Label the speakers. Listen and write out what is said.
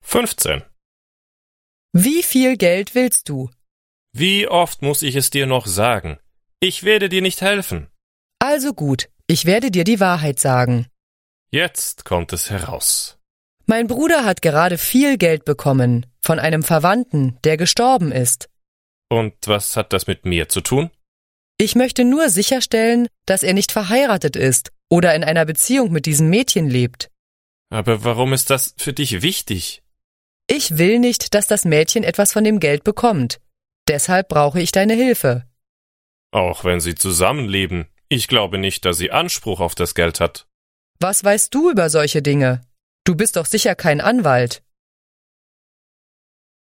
Speaker 1: fünfzehn.
Speaker 2: Wie viel Geld willst du?
Speaker 1: Wie oft muss ich es dir noch sagen? Ich werde dir nicht helfen.
Speaker 2: Also gut, ich werde dir die Wahrheit sagen.
Speaker 1: Jetzt kommt es heraus.
Speaker 2: Mein Bruder hat gerade viel Geld bekommen von einem Verwandten, der gestorben ist.
Speaker 1: Und was hat das mit mir zu tun?
Speaker 2: Ich möchte nur sicherstellen, dass er nicht verheiratet ist oder in einer Beziehung mit diesem Mädchen lebt.
Speaker 1: Aber warum ist das für dich wichtig?
Speaker 2: Ich will nicht, dass das Mädchen etwas von dem Geld bekommt. Deshalb brauche ich deine Hilfe.
Speaker 1: Auch wenn sie zusammenleben, ich glaube nicht, dass sie Anspruch auf das Geld hat.
Speaker 2: Was weißt du über solche Dinge? Du bist doch sicher kein Anwalt.